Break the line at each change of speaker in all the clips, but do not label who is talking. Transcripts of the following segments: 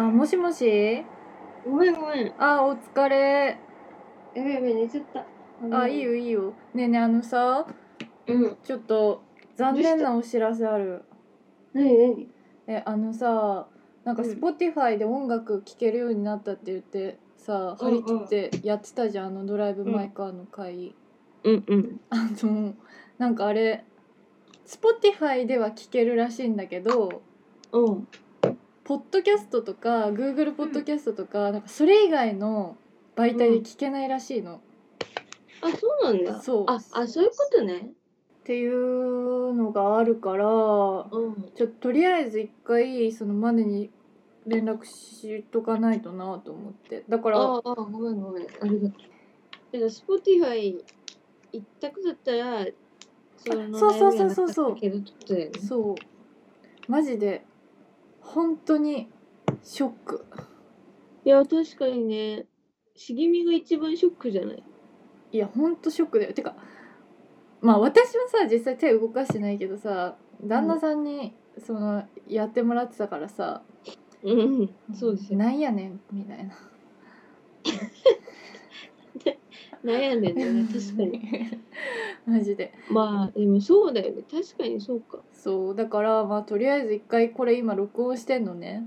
もしもし
ごめんごめん。
あお疲れ
やべやべ、寝ちゃった。
あいい。よいいよねえねえあのさ
うん。
ちょっと残念なお知らせある
なになに
えあのさなんか
うん
Spotify で音楽聴けるようになったって言ってさ張り切ってやってたじゃんあのドライブ・マイ・カーの回、
うんうん。
あのなんかあれ Spotify では聴けるらしいんだけど
うん。
ポッドキャストとか Google ポッドキャストとか,、なんかそれ以外の媒体で聴けないらしいの、っ
あ、そうなんだ。
そう
あ、あ、そういうことね。
ていうのがあるから
うん。
ちょっととりあえず一回そのマネに連絡しとかないとなと思ってだから
ああ、ごめんごめん。ありがとう。だから、スポティファイ一択だったら、その
そうそう
悩みはな
そ
か
うそ
っ
うそう
たけどってことだよね。
そうマジで本当にショック
いや、確かにね、茂みが一番ショックじゃない。
いや本当ショックだよてかまあ私はさ実際手動かしてないけどさ旦那さんにそのやってもらってたからさ、
うん。そうですよ。
なんやねんみたいな
悩んでんだよね、確かに。
マジで
まあ、でもそうだよね。確かにそうか。
そうだからまあとりあえず一回これ今録音してんのね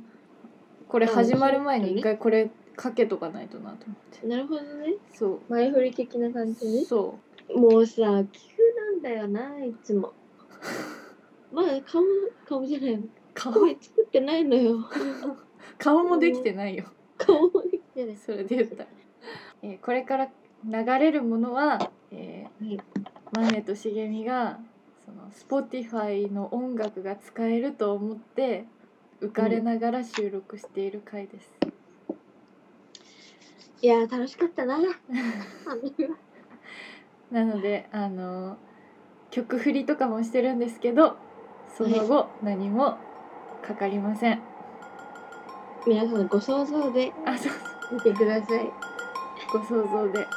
これ
うん
始まる前に一
そう
回これかけとかないとなと思って
なるほどね。
そう
前振り的な感じね。
そ
もうさ、急なんだよな、いつ も。まだ顔、顔じゃないの。
う顔
声作ってないの よ。
顔もできてないよ
顔もできてない。
それで言ったら、えーこれから流れるものは、えー
は
マネと茂みがその Spotify の音楽が使えると思って浮かれながら収録している回です、
いやー、楽しかった な。あの
なのであのー曲振りとかもしてるんですけどその後何もかかりません、
皆さんご想像で
あそう
見てください。
ご想像で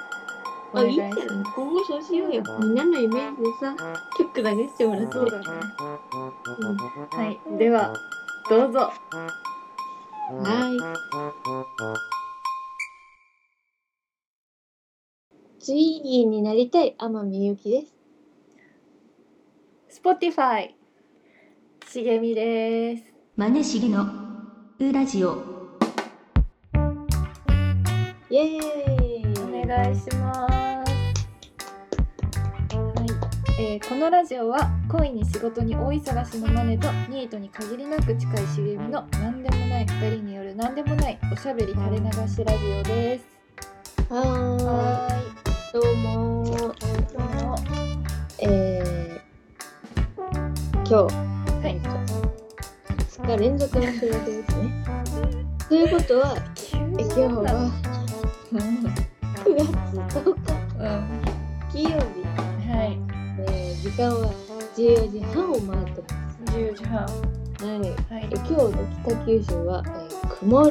お
あ、
願
い
い
い
し
じゃ
ま
ん
す。
今後そうしようよ。みんなのイメージでさ、曲流してもらって。
そうだねはいではどうぞ
うんはーい。ツイーギーになりたい天海祐希です。
Spotify 茂みです
マネしげのウラジオ
イエーイ
お願いします。はい、えーこのラジオは恋に仕事に大忙しのマネとニートに限りなく近い茂みの何でもない二人による何でもないおしゃべり垂れ流しラジオです。
は
はー
ーい、どうもー。
い、どうも。
えー、今日、
はい、
2日連続の収録ですね。ということは、
急
え今日
なんだ
は9月10日、
うん、は
金曜日、
い、
えー、時間は14時半を回ってま
10時半。
す。はい、え
はい、
今日の北九州は、えー 曇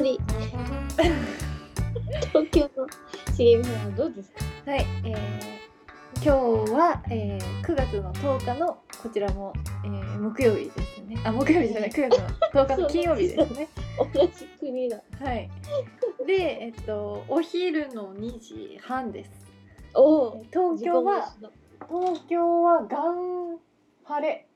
り。東京の茂みさんはどうですか
はい、えー今日は、えー、9月の10日のこちらも、えー、木曜日ですね。あ、木曜日じゃない、9月の10日の金曜日ですね。
同じ国だ。
はい。で、えっと、お昼の2時半です。
お
え
お、
東京は、東京はがん晴れ。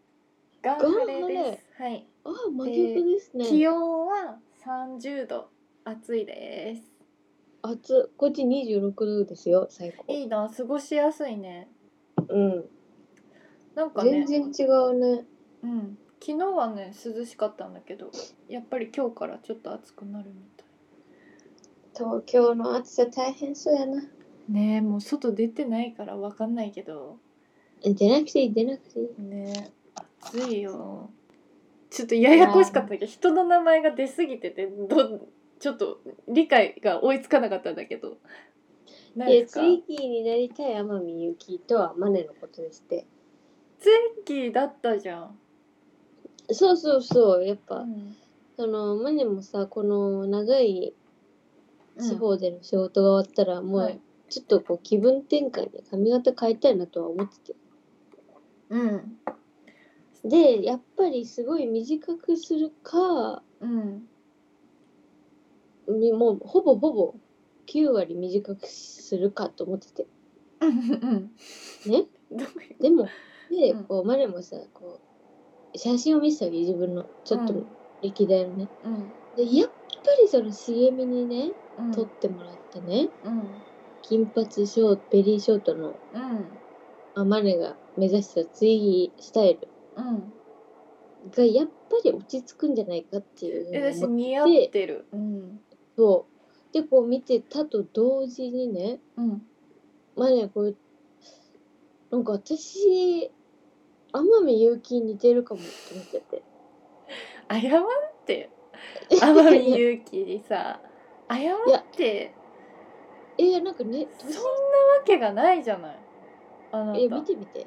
がん晴れです。はい。
ああ、真逆ですね。
気温は30度。暑いです。
暑こっち26度ですよ最高
いいな、過ごしやすいね。
うん
なんかね
全。然違うね
うん、昨日はね涼しかったんだけどやっぱり今日からちょっと暑くなるみたい
東京の暑さ大変そうやな
ねえもう外出てないからわかんないけど
出なくていい出なくていい
ねえ暑いよちょっとややこしかったけど人の名前が出すぎててどちょっと理解が追いつかなかったんだけど何
い
で
や
すか
ツイキーになりたい天海祐希とはマネのことでして
ツイッキーだったじゃん、
そうそうそうやっぱ、
うん
そのマネもさこの長い地方での仕事が終わったら、もう、
はい
ちょっとこう気分転換で髪型変えたいなとは思ってて
うん
でやっぱりすごい短くするか
うん
にもうほぼほぼ9割短くするかと思ってて
うん
ね
どういう
でもで、
うん
こうマネもさこう写真を見せたわけ自分のちょっと
うん
歴代のね、
うん
でやっぱりその茂みにね
うん
撮ってもらってね
うん
金髪ショートベリーショートの
うん
まあマネが目指したツイギースタイル
うん
がやっぱり落ち着くんじゃないかっていう
え私
のを
似合ってるうん
そうでこう見てたと同時にね
うん
まあねこうなんか私天海祐希に似てるかもって思っちゃって
謝 って天海祐希にさ謝って
えー、なんかね
そんなわけがないじゃないあなた
え見て見て
え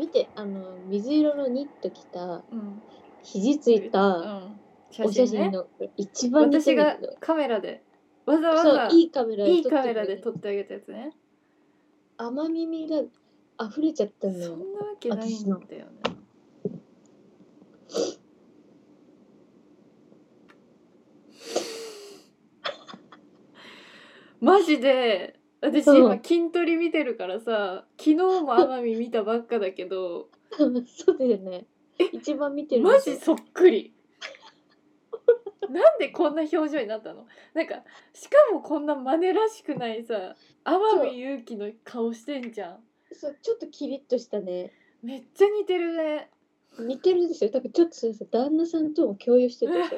見てあの水色のニット着た
うん
肘ついうた
ん写
お写
真
真
ね
の一番似て
私
るんだ
が
けど
カメラでわざ
そ
わ
う
ざ
いいカメラ
い
で
い
撮
カ
って
メ
る
ラで撮ってあげたやつね
甘耳が溢れちゃった
そ
の
んな
よ
わけないんだよね マジで私
う
今
ん
筋トレ見てるからさ昨日も奄美見たばっかだけど
そうだよね一番見てるん
マ
ですよ
ジそっくりなんでこんな表情になったのなんかしかもこんな真似らしくないさ
そう
天海祐希の顔してんじゃん
そうちょっとキリッとしたね
めっちゃ似てるね
似てるんですよだからちょっとそれさ旦那さんとも共有してたでしょ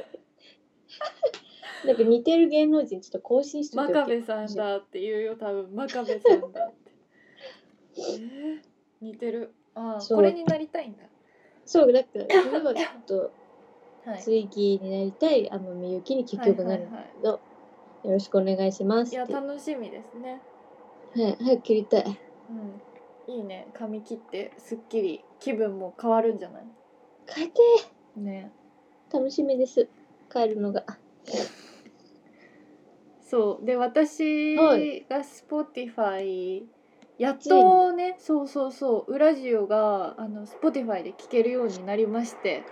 なんか似てる芸能人ちょっと更新して
真壁さんだって言うよ多分真壁さんだって、えー似てるあー
そう
これになりたいんだ
そうだからそれはちょっと
はい
追記になりたい天海祐希に結局なるんだ
はいはいは
けど、よろしくお願いしま
い、
す
いや
っては
楽しみですね
い早く切りたい
うんいいね髪切ってすっきり気分も変わるんじゃない
帰って
ね
楽しみです帰るのが
そうで私
は
が Spotify やっとねそうそうそうウラジオがあの Spotify で聴けるようになりまして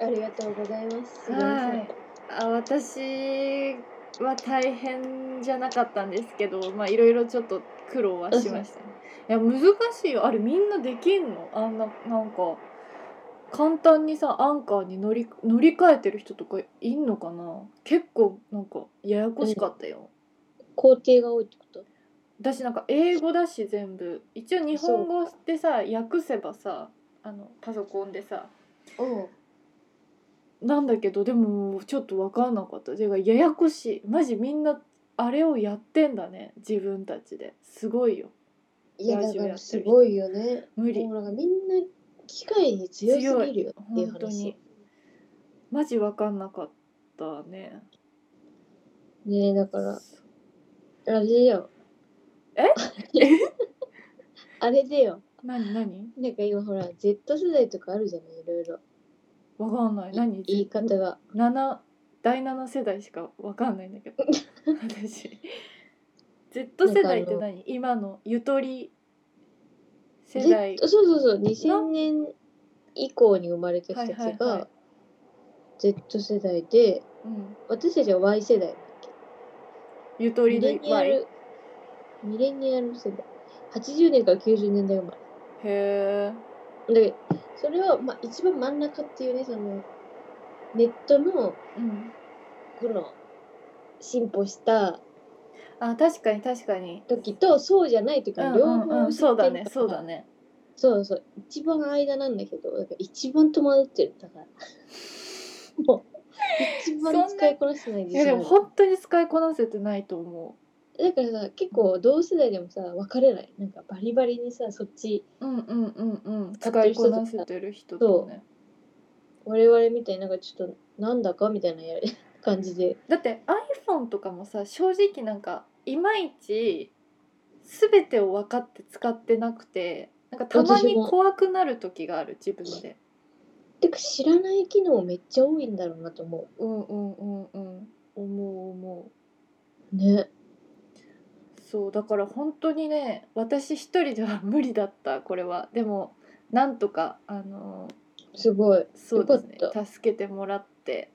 ありがとうございます
はい、あ私は大変じゃなかったんですけどまあいろいろちょっと苦労はしましたね。いや難しいよあれみんなできんのあんななんか簡単にさアンカーに乗り乗り換えてる人とかいんのかな結構なんかややこしかったよ。
工程が多いってこと
私なんか英語だし全部一応日本語でさ訳せばさあのパソコンでさ
うん
なんだけどでもちょっと分かんなかったてかややこしいマジみんなあれをやってんだね自分たちですごいよ
いや
ラ
だ
ジ
か
オや
ら
ってる人
すごいよね
無理
もうなんかみんな機械に強すぎるよっていう
本当
話
にマジ分かんなかったね
ねえだからあれだよ
え
あれだよ
何何
なんか今ほら Z 世代とかあるじゃないいろいろ
分かんない何
言い方が
7第7世代しか分かんないんだけ ど私 Z 世代って
なんか
何今のゆとり世代
Z そうそうそう2000年以降に生まれてきた人
はい
たち
はいはい
が Z 世代で
うん、
私たちは Y 世代
ゆとり
ミ
の
レニアルミレニアル世代80年から90年代生まれ
へ
でそれは、まあ、一番真ん中っていうねそのネットの
え、うん、
この進歩した
あ確かに確かに
時とそうじゃない時
うん
の
う
両
んうん
方
そうだね
知って
そ
る
う
から
だね
そうそう一番間なんだけどだから一番戸惑ってる だからもう一番使いこなしてない
い
自
やで
信あ
も
る
本当に使いこなせてないと思
だからさ結構同世代でもさ別れないなんかバリバリにさそっち
ううんうんうんうん
使
使
って
い
る
こ
人だ
な
った
せてる人とね
我々みたいになんかちょっとなんだかみたいなや 感じで
だって iPhone とかもさ正直なんかいまいち全てを分かって使ってなくてなんかたまに
私も
怖くなる時がある自分で
てか知らない機能めっちゃ多いんだろうなと思
うんうんうんうん思う思う
うね
そうだから本当にね私一人では無理だったこれはでもなんとかあの
すごい
そうですね
よか
助けてもらって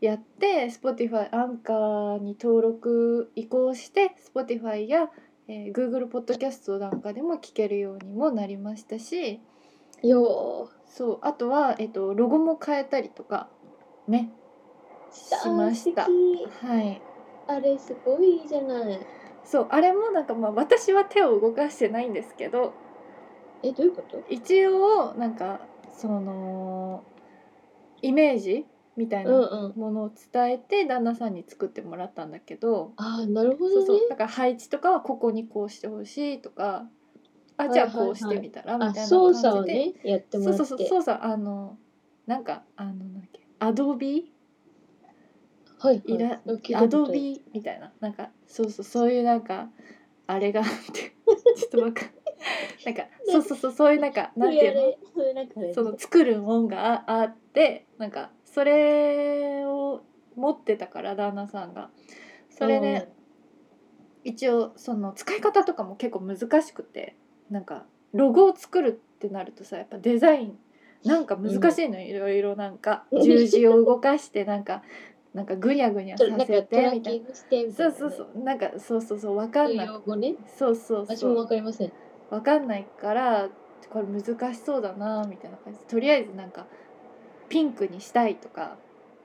やって Spotify アンカーに登録移行して Spotify や、えー Google ポッドキャストなんかでも聞けるようにもなりましたし
よ
そうあとは、えっとロゴも変えたりとかね
ー
しました
あー素敵
はい
あれすごいいいじゃない
そうあれもなんかまあ私は手を動かしてないんですけど
えどういうこと
一応なんかそのイメージみたい
うん
な
うん
ものを伝えて旦那さんに作ってもらったんだけど、
ああなるほ
そう
ど
そ
ね
うだから配置とかはここにこうしてほしいとかあじゃあ
はいはいはい
こうしてみたらみたい
あ
な感じで、
操作をねやっても
そ
ら
う
っ
そ
て
うそう操作あのなんかあのなんだっけアドビ
はい
いら
はい、
アドビみたいななんかそうそうそういうなんかあれがあってちょっとわかんなんかそうそうそうそういうなんかなんていうの
うなんかね
その作るもんがああってなんかそれを持ってたから旦那さんがそれで、一応その使い方とかも結構難しくてなんかロゴを作るってなるとさやっぱデザインなんか難しいのよ、いろいろなんか
うん
十字を動かしてなんかなんかぐにゃぐにゃ
う
さ
んなんか
せ
トラ
てみ
ッ
た
キ
いな
ングしてみたい
そう
なね
そうそうなんかそうそうそうわかんない
用語ね
そうそう
私
そ
も
う
わかりません
わかんないからこれ難しそうだなみたいな感じでとりあえずなんかピンクにしたいとか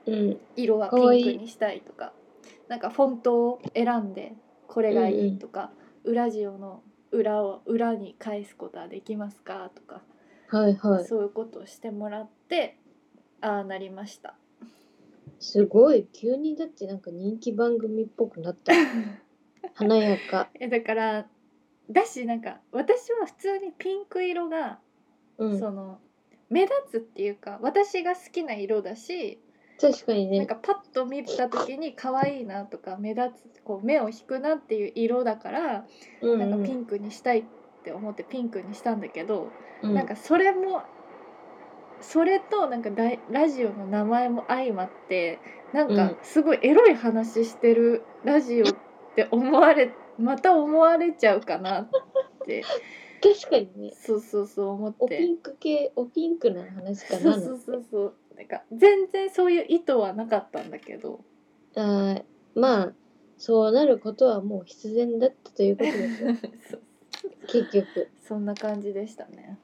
うん
色は
かわいい
ピンクにしたいとかなんかフォントを選んでこれがいいとか、裏ジオの裏を裏に返すことはできますかとか、
はいはい
そういうことをしてもらってああなりました。
すごい急にだってなんか人気番組っぽくなった 華やか
えだからだしなんか私は普通にピンク色が、
うん
その目立つっていうか私が好きな色だし
確かに
なん
ね
かパッと見た時に可愛いなとか目立つこう目を引くなっていう色だから
う
なんかピ
ン
ンクにしたいって思ってピンクにしたんだけど、
うん
なんかそれもそれとなんかだいラジオの名前も相まってなん
う
か
ん
すごいエロい話してるラジオって思われまた思われちゃうかなって
確かにね
そうそうそう思っ
おピ
て
ンク系おピンクな話
そ
か
う
な
そうそうそうなんか全然そういう意図はなかったんだけ ど
あーまあそうなることはもう必然だったということで すよ
そう
結局
そんな感じでしたね。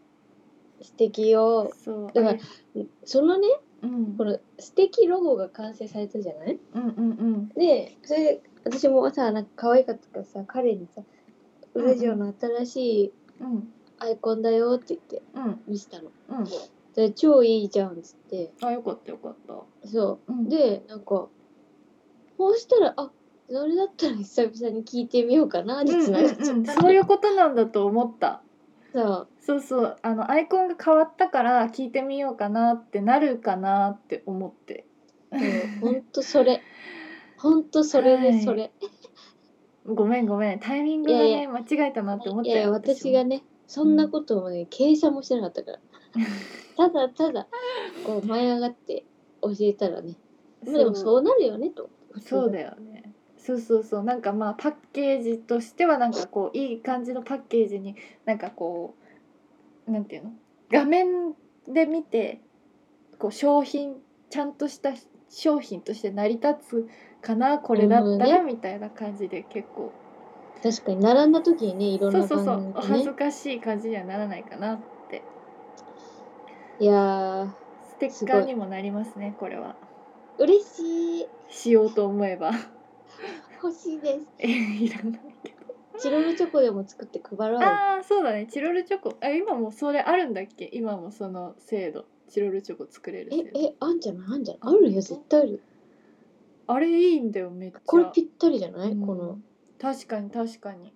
素敵よ
そう
だから
あれ
そのね
うん
この素敵ロゴが完成されたじゃない
うんうん
でそれ私もさなんか可愛かったからさ彼にさ「
うんうん
ラジオの新しい
うんうん
アイコンだよ」って言って
うん
見せたの。
うん
で超いいじゃんっつって
あよかったよかった。
そううんでなんかこうしたらあそれだったら久々に聞いてみようかなってつながっちゃった
そういうことなんだと思った
さ
そうそうあのアイコンが変わったから聞いてみようかなってなるかなって思って
そうほんとそれほんとそれ
は
で
い
それ、
ごめんごめんタイミングがね
いやいや
間違えたなって思っ
い、
た
やいや私が
ね
ねそんなことをね計算もしてなか ったからただただこう舞い上がって教えたらねまあでも
そう
そうなるよねと。
そうだよねそうそうそうなんかまあパッケージとしてはなんかこういい感じのパッケージになんかこうなんていうの画面で見てこう商品ちゃんとした商品として成り立つかなこれだった
なる
ら
ほ
みたいな感じで結構
確かに並んだ時にねいろん
そ
な
うそうそ
番
うお
組
恥
ね
ずかしい感じにはならないかない
やー
ステッカーにもなりますねこれは
嬉しい
しようと思えば
欲しいです
えいらないけ
チロルチョコでも作って配ろ
ど
う
ああそうだねチロルチョコあ今もうそれあるんだっけ今もその制度チロルチョコ作れる
え
制度
えあんじゃないあんじゃないあるよ絶対ある
あれいいんだよめっちゃ
これぴったりじゃない、
うん
この
確かに確かに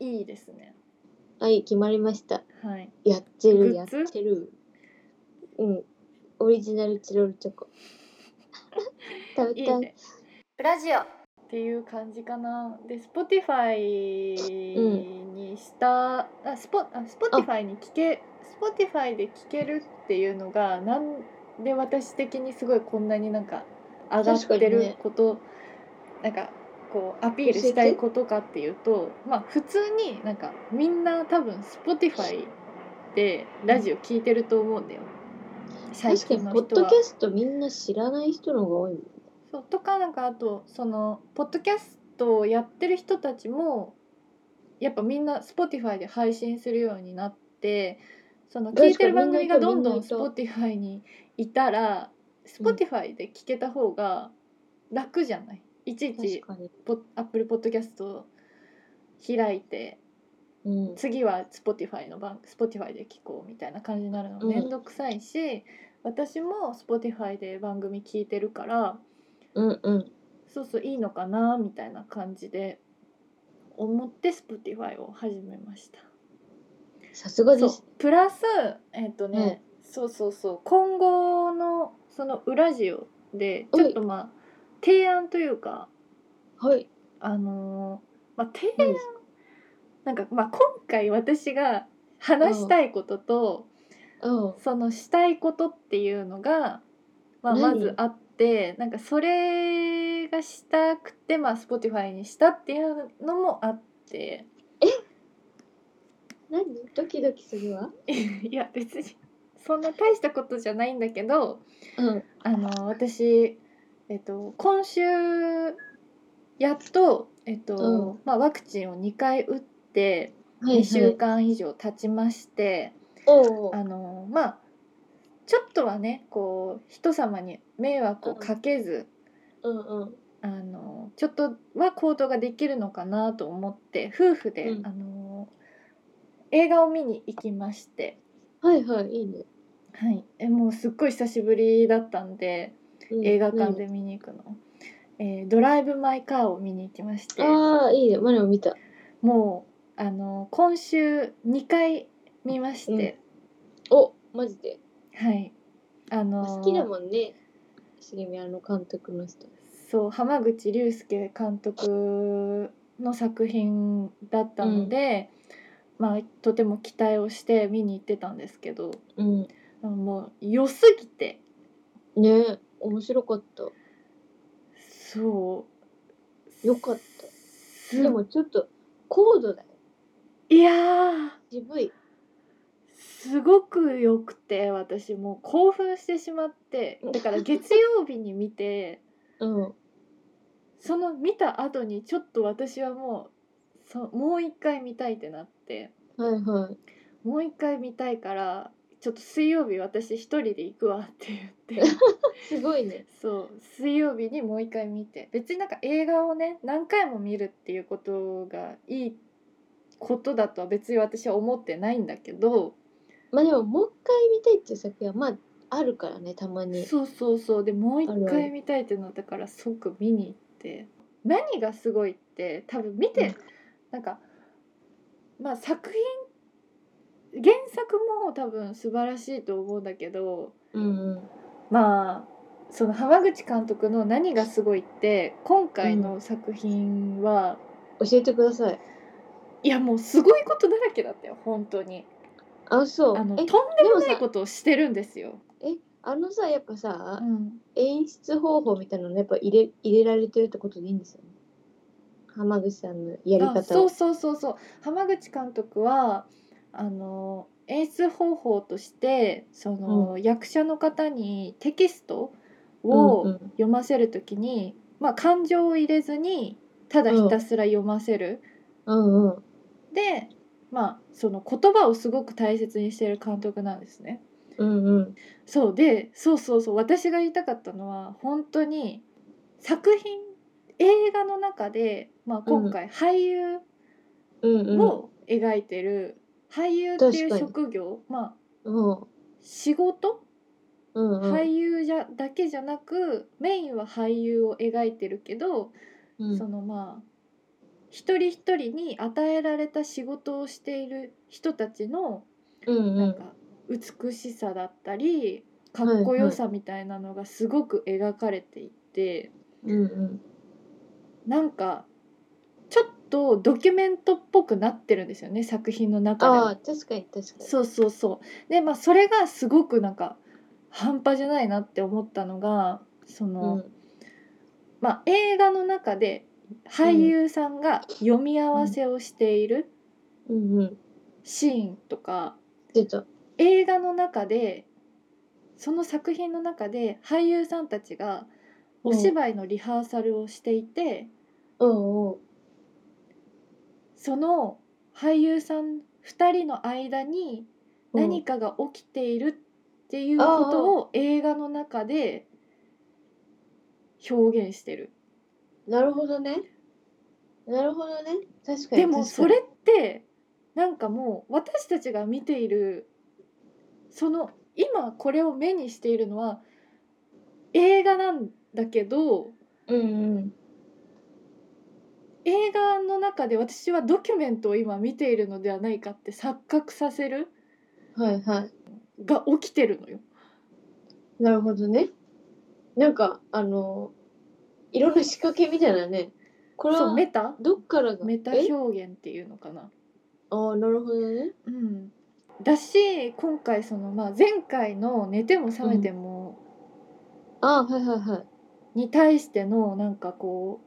いいですね
はい決まりました
はい
やって
グ
るや
ッ
っ
ズ
てるうんオリジナルチロルチ ョコ食
い
べ
い
たい
ねプラジオっていう感じかなで Spotify にした、あスポあ Spotify に聞け Spotify で聞けるっていうのがなんで私的にすごいこんなになんか上がって
確かに
る
ね
こと、なんかこうアピールしたいことかっていうとまあ普通になんかみんな多分 Spotify でラジオ聞いてると思うんだよ。最
確かに
近の
ポッ
人
ド
は
キャストみんな知らない人の方が多いもんね
そうとかなんかあとそのポッドキャストをやってる人たちもやっぱみんな Spotify で配信するようになってその
確かに
聞いてる番組がどんどん
みんないた
Spotify にいたら
うん
Spotify で聞けた方が楽じゃないいちいち
確かに、
ポ Apple Podcast を開いて
うん、
次は Spotify の番 Spotify で聞こうみたいな感じになるの
うん
めんどくさいし、私も Spotify で番組聞いてるから
うんうん
そうそういいのかなみたいな感じで思って Spotify を始めました。
さすが
そ
で
う
す
プラスえっ、とね、そうそうそう今後のそのウラジオでちょっとまあ提案というか
はい
あのーまあ提
何
案
ですか
なんかまあ今回私が話したいことと、
あ
そのしたいことっていうのが、まあ、
何
まずあってなんかそれがしたくて、まあ、Spotify にしたっていうのもあって
何ドキドキするわ
いや別にそんな大したことじゃないんだけど
うん
あの私、えっと、今週やっと、えっと
う
まあ、ワクチンを2回打って
はい
2週
はい
間以上経ちまして。
おうおう
あのまあちょっとはねこう人様に迷惑をかけず、
うんうん
あのちょっとは行動ができるのかなと思って夫婦で、
うん
あの映画を見に行きまして、
はいはいいいね、
はい、えもうすっごい久しぶりだったんで
うん
映画館で見に行くの。えードライブ・マイ・カーを見に行きまして
ああいいねマリも見た
もうあの今週2回見まして、
おマジで
はいあの
好きだもんね茂みあの監督の人
そう濱口竜介監督の作品だったので、まあとても期待をして見に行ってたんですけど
うん
もう良すぎて
ね面白かった
そう
よかった
す
でもちょっと高度だよ
いやー
渋い
すごく良くて私もう興奮してしまってだから月曜日に見て
うん
その見た後にちょっと私はもうそもう一回見たいってなって。
はいはい
もう一回見たいからちょっと水曜日私一人で行くわって言 って
すごいね
そう水曜日にもう一回見て別になんか映画をね何回も見るっていうことがいいことだとは別に私は思ってないんだけど、
まあでももう一回見たいっていう作品はまああるからねたまに
そうそうそうでもう一
あるあ
回
る
見たいってなったから即見に行って何がすごいって多分見て、
うん
なんかまあ作品原作も多分素晴らしいと思うんだけど
うんうん
まあその濱口監督の何がすごいって今回の作品は、
教えてください
いやもうすごいことだらけだったよ本当に
あそう
あのと
え
んでもな
で
い
もさ
ことをしてるんですよ。
えあのさやっぱさ、
うん、
演出方法みたいなのやっぱ入れ入れられてるってことでいいんですよね浜口さんのやり
あ
方
そ
を
うそうそうそう濱口監督はあの演出方法としてその、役者の方にテキスト
うんう
を
ん
読ませるときに、まあ、感情を入れずにただひたすら読ませる
うんうん
でまあその言葉をすごく大切にしている監督なんですね。
うんうん
そうでそうそうそう私が言いたかったのは本当に作品映画の中で、まあ、今回俳優
うんうん
を描いてる、俳優ってい
確か
う
に
職業まあ
うん
仕事、
うんうん
俳優じゃだけじゃなくメインは俳優を描いてるけど、
うん
そのまあ一人一人に与えられた仕事をしている人たちの
うん
な
うんん
か美しさだったりかっこよさみたいなのがすごく描かれていて
うんうん
なんかちょっとドキュメントっぽくなってるんですよね作品の中で
あ
も。
あ確かに確かに
そうそうそうでまあそれがすごくなんか半端じゃないなって思ったのがその、
うん
まあ、映画の中で俳優さんが読み合わせをしている
うんうん
シーンとか、
出た
映画の中でその作品の中で俳優さんたちがお芝居のリハーサルをしていて、
うんうん
その俳優さん2人の間に何かが起きているっていうことを映画の中で表現してる。
なるほどねなるほどね確かに
でも
確か
そ
に
れってなんかもう私たちが見ているその今これを目にしているのは映画なんだけど
うんうん
映画の中で私はドキュメントを今見ているのではないかって錯覚させる
はいはい
が起きてるのよ。
なるほどねなんかあのいろんな仕掛けみたいなねこれ
そ
は
うメタ
どっからが
メタ
え
表現っていうのかな。
ああなるほどね
うん、だし今回その、まあ、前回の「寝ても覚めても」
ああはいはいはい
に対してのなんかこ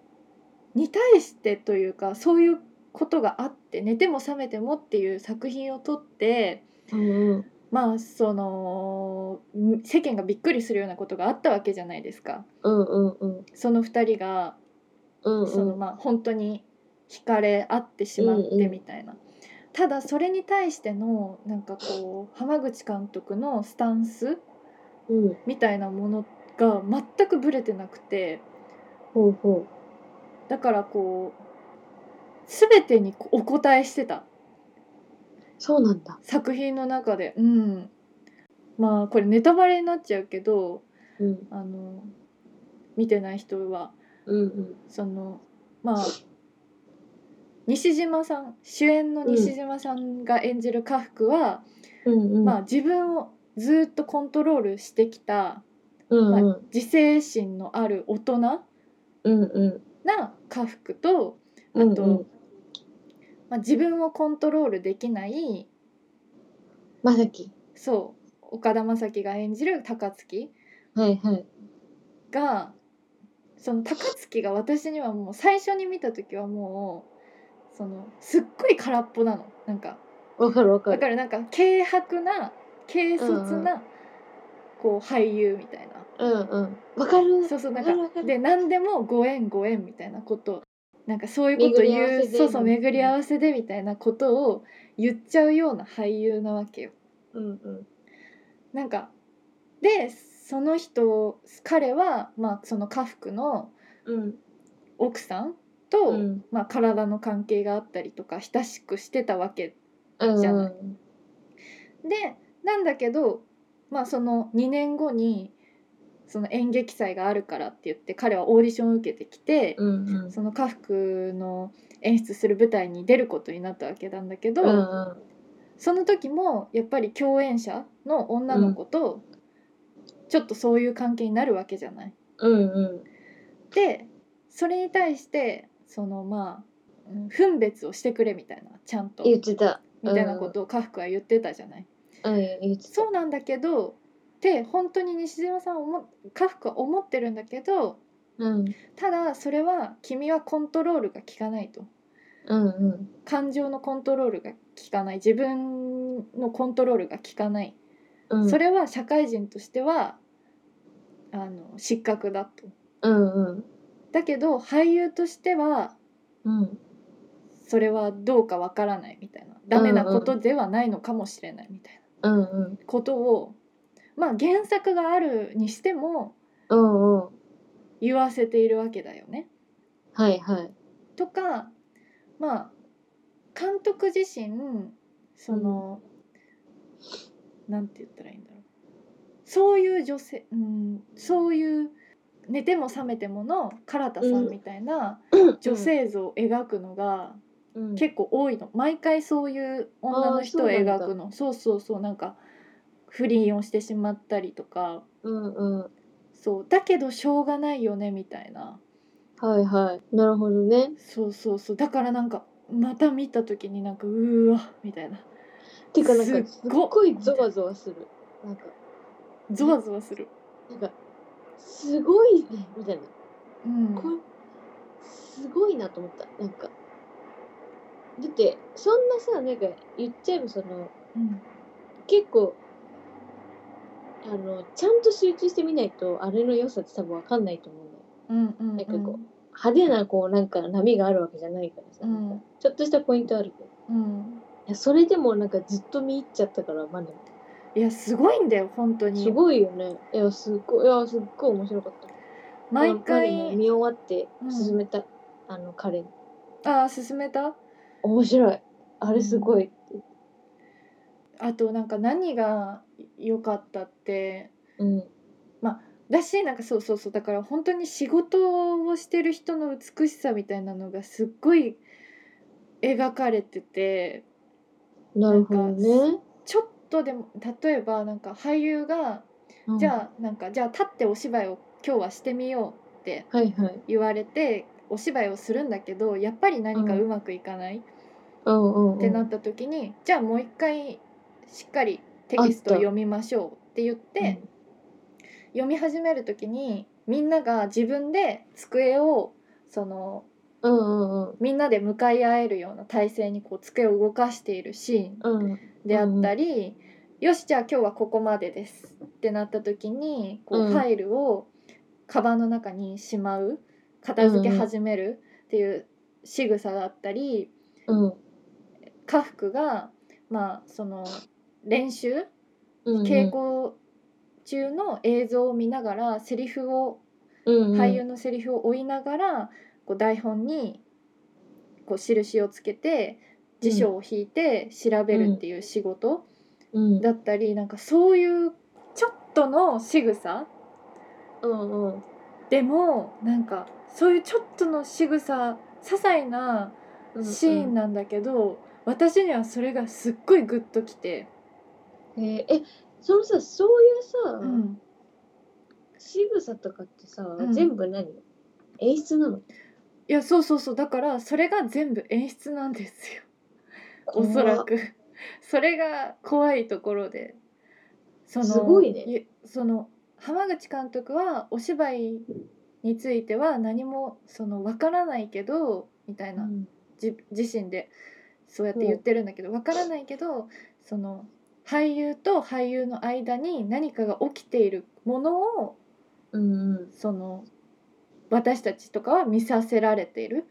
うに対してというかそういうことがあって「寝ても覚めても」っていう作品を撮って
うんうん
まあそのん世間がびっくりするようなことがあったわけじゃないですか。
うんうんうん
その2人が
うん
その
うん
まあ本当に惹かれ合ってしまっ
うん
て
うん
みたいな。ただそれに対してのなんかこう浜口監督のスタンス
うん
みたいなものが全くブレてなくて。
ほうほ
だからこう全てにお答えしてた
うそうなんだ
作品の中でうんまあこれネタバレになっちゃうけど
うん
あの見てない人は
うんうん
そのまあ西島さん主演の西島さんが演じる家福は、
うんうん
まあ、自分をずっとコントロールしてきた、
うん
ま
う
あ
ん
自制心のある大人な
うんうん
家福と、
うん
あとまあ、自分をコントロールできない
まさき
そう岡田将生が演じる高槻
はいはい
がその高槻が私にはもう最初に見た時はもうそのすっごい空っぽなのなんか
わかるわか
だか
る
らなんか軽薄な軽率
うん
な、こう俳優みたいな
うんうんわかる
そうそうな
わかるわ
ん
か
か
る
で何でもご縁ご縁みたいなことなんかそういうこと
巡り合わ
言
せ
う
で
そうそう巡り合わせでみたいなことを言っちゃうような俳優なわけよ。
うんうん
なんかでその人彼は、まあ、その家福の
うん
奥さんと、
うん
まあ、体の関係があったりとか親しくしてたわけ
うん
じゃないでなんだけど、まあ、その2年後にその演劇祭があるからって言って彼はオーディションを受けてきて、
うんうん
その家福の演出する舞台に出ることになったわけなんだけど、
うんうん
その時もやっぱり共演者の女の子とちょっとそういう関係になるわけじゃない。
うんうん
でそれに対してそのまあうん分別をしてくれみたいなちゃんと
言ってた
みたいなことを家福は言ってたじゃない。
うん言ってた
そうなんだけどって本当に西島さんは思家福は思ってるんだけど
うん
ただそれは君はコントロールが効かないと
うんうん
感情のコントロールが効かない自分のコントロールが効かない
うん
それは社会人としてはあの失格だと。
うんうん
だけど俳優としては
うん
それはどうかわからないみたいなダメなことではないのかもしれないみたいな
うんうん
ことを、まあ原作があるにしても
うんうん
言わせているわけだよね。
はいはい
とかまあ監督自身その、なんて言ったらいいんだろうそういう女性、うん、そういう寝ても覚めてもの唐田さんみたいな女性像を描くのが
うん
結構多いの、毎回そういう女の人を
あーそうなんだ
描くのそうそうそうなんか不倫をしてしまったりとか
うんうん
そうだけどしょうがないよねみたいな
はいはいなるほどね
そうそうそうだからなんかまた見た時になんかうーわみたいな
てかなんか
す
す
っ
っ
ご
ごいゾワゾワするなんか
ゾワゾワする、
なんかすごいねみたいな
うん、
これすごいなと思ったなんかだってそんなさなんか言っちゃえばその
うん
結構ああのちゃんと集中してみないとあれの良さって多分分かんないと思うんだよ
うんうんうん
なんかこ派手なこうなんか波があるわけじゃないからさ、
うん
なんかちょっとしたポイントあるけど
うん
いやそれでもなんかずっと見入っちゃったからまだ
いやすごいんだよ本当に
すごいよねいやすっごいいやすっごい面白かった
毎
やっぱりね
回
見終わって
うん
進めた、あの彼に
ああ進めた
面白いあれすごい、
あとなんか何が良かったって
うん、
だしなんかそうそうそうだから本当に仕事をしてる人の美しさみたいなのがすっごい描かれてて
なるほどね、
ちょっとでも例えばなんか俳優が、じ
あ
ゃあなんかじゃあ立ってお芝居を今日はしてみようって
はいはい
言われてお芝居をするんだけどやっぱり何かうまくいかない
うんうんうん
ってなった時に、じゃあもう一回しっかりテキストを読みましょうって言って。読み始める時にみんなが自分で机をその
うんうんうん
みんなで向かい合えるような体勢にこう机を動かしているシーン
うん
であったり、よしじゃあ今日はここまでですってなった時にこう
うん
ファイルをカバンの中にしまう片付け始めるっていう仕草だったり
うん
家福がまあその練習
うん
稽古中の映像を見ながらセリフを俳優のセリフを追いながらこう台本にこう印をつけて辞書を引いて調べるっていう仕事
うん
だったりなんかそういうちょっとの仕草
うんうん
でもなんかそういうちょっとの仕草些細な
うん
シーンなんだけど私にはそれがすっごいグッときて、
えーえそのさそういうさ、
うん
仕草とかってさ、
ん
全部何演出なの
いやそうそうそうだからそれが全部演出なんですよ。おそらく それが怖いところでそ
すごいね
ゆその浜口監督はお芝居については何もその分からないけどみたいな、
うん
じ自身でそうやって言ってるんだけど分からないけどその俳優と俳優の間に何かが起きているものを
うんうん
その私たちとかは見させられている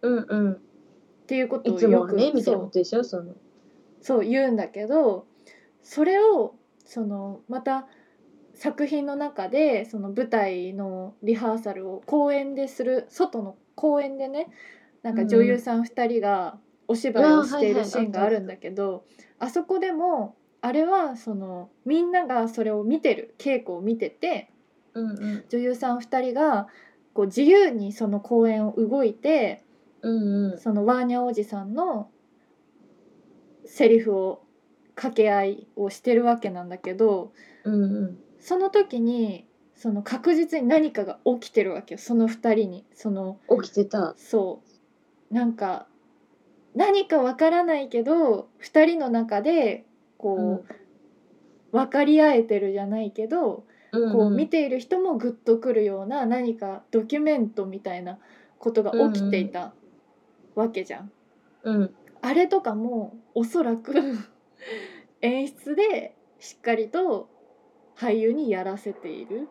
うんうん
っていうこと
い
を
つも
よ
は
く
ねみたい
そ
な
う
ことでしょその
そう言うんだけどそれをそのまた作品の中でその舞台のリハーサルを公演でする外の公演でねなんか女優さん2人がお芝居をしているシーンがあるんだけどあそこでもあれはそのみんながそれを見てる稽古を見てて
うんうん
女優さん2人がこう自由にその公演を動いて
うんうん
そのワーニャおじさんのセリフを掛け合いをしてるわけなんだけど
うんうん
その時にその確実に何かが起きてるわけよその2人にその
起きてた
そうなんか何かわからないけど2人の中でこう、分かり合えてるじゃないけど、こう見ている人もグッとくるような何かドキュメントみたいなことが起きていたわけじゃん
うん
あれとかもおそらく演出でしっかりと俳優にやらせている、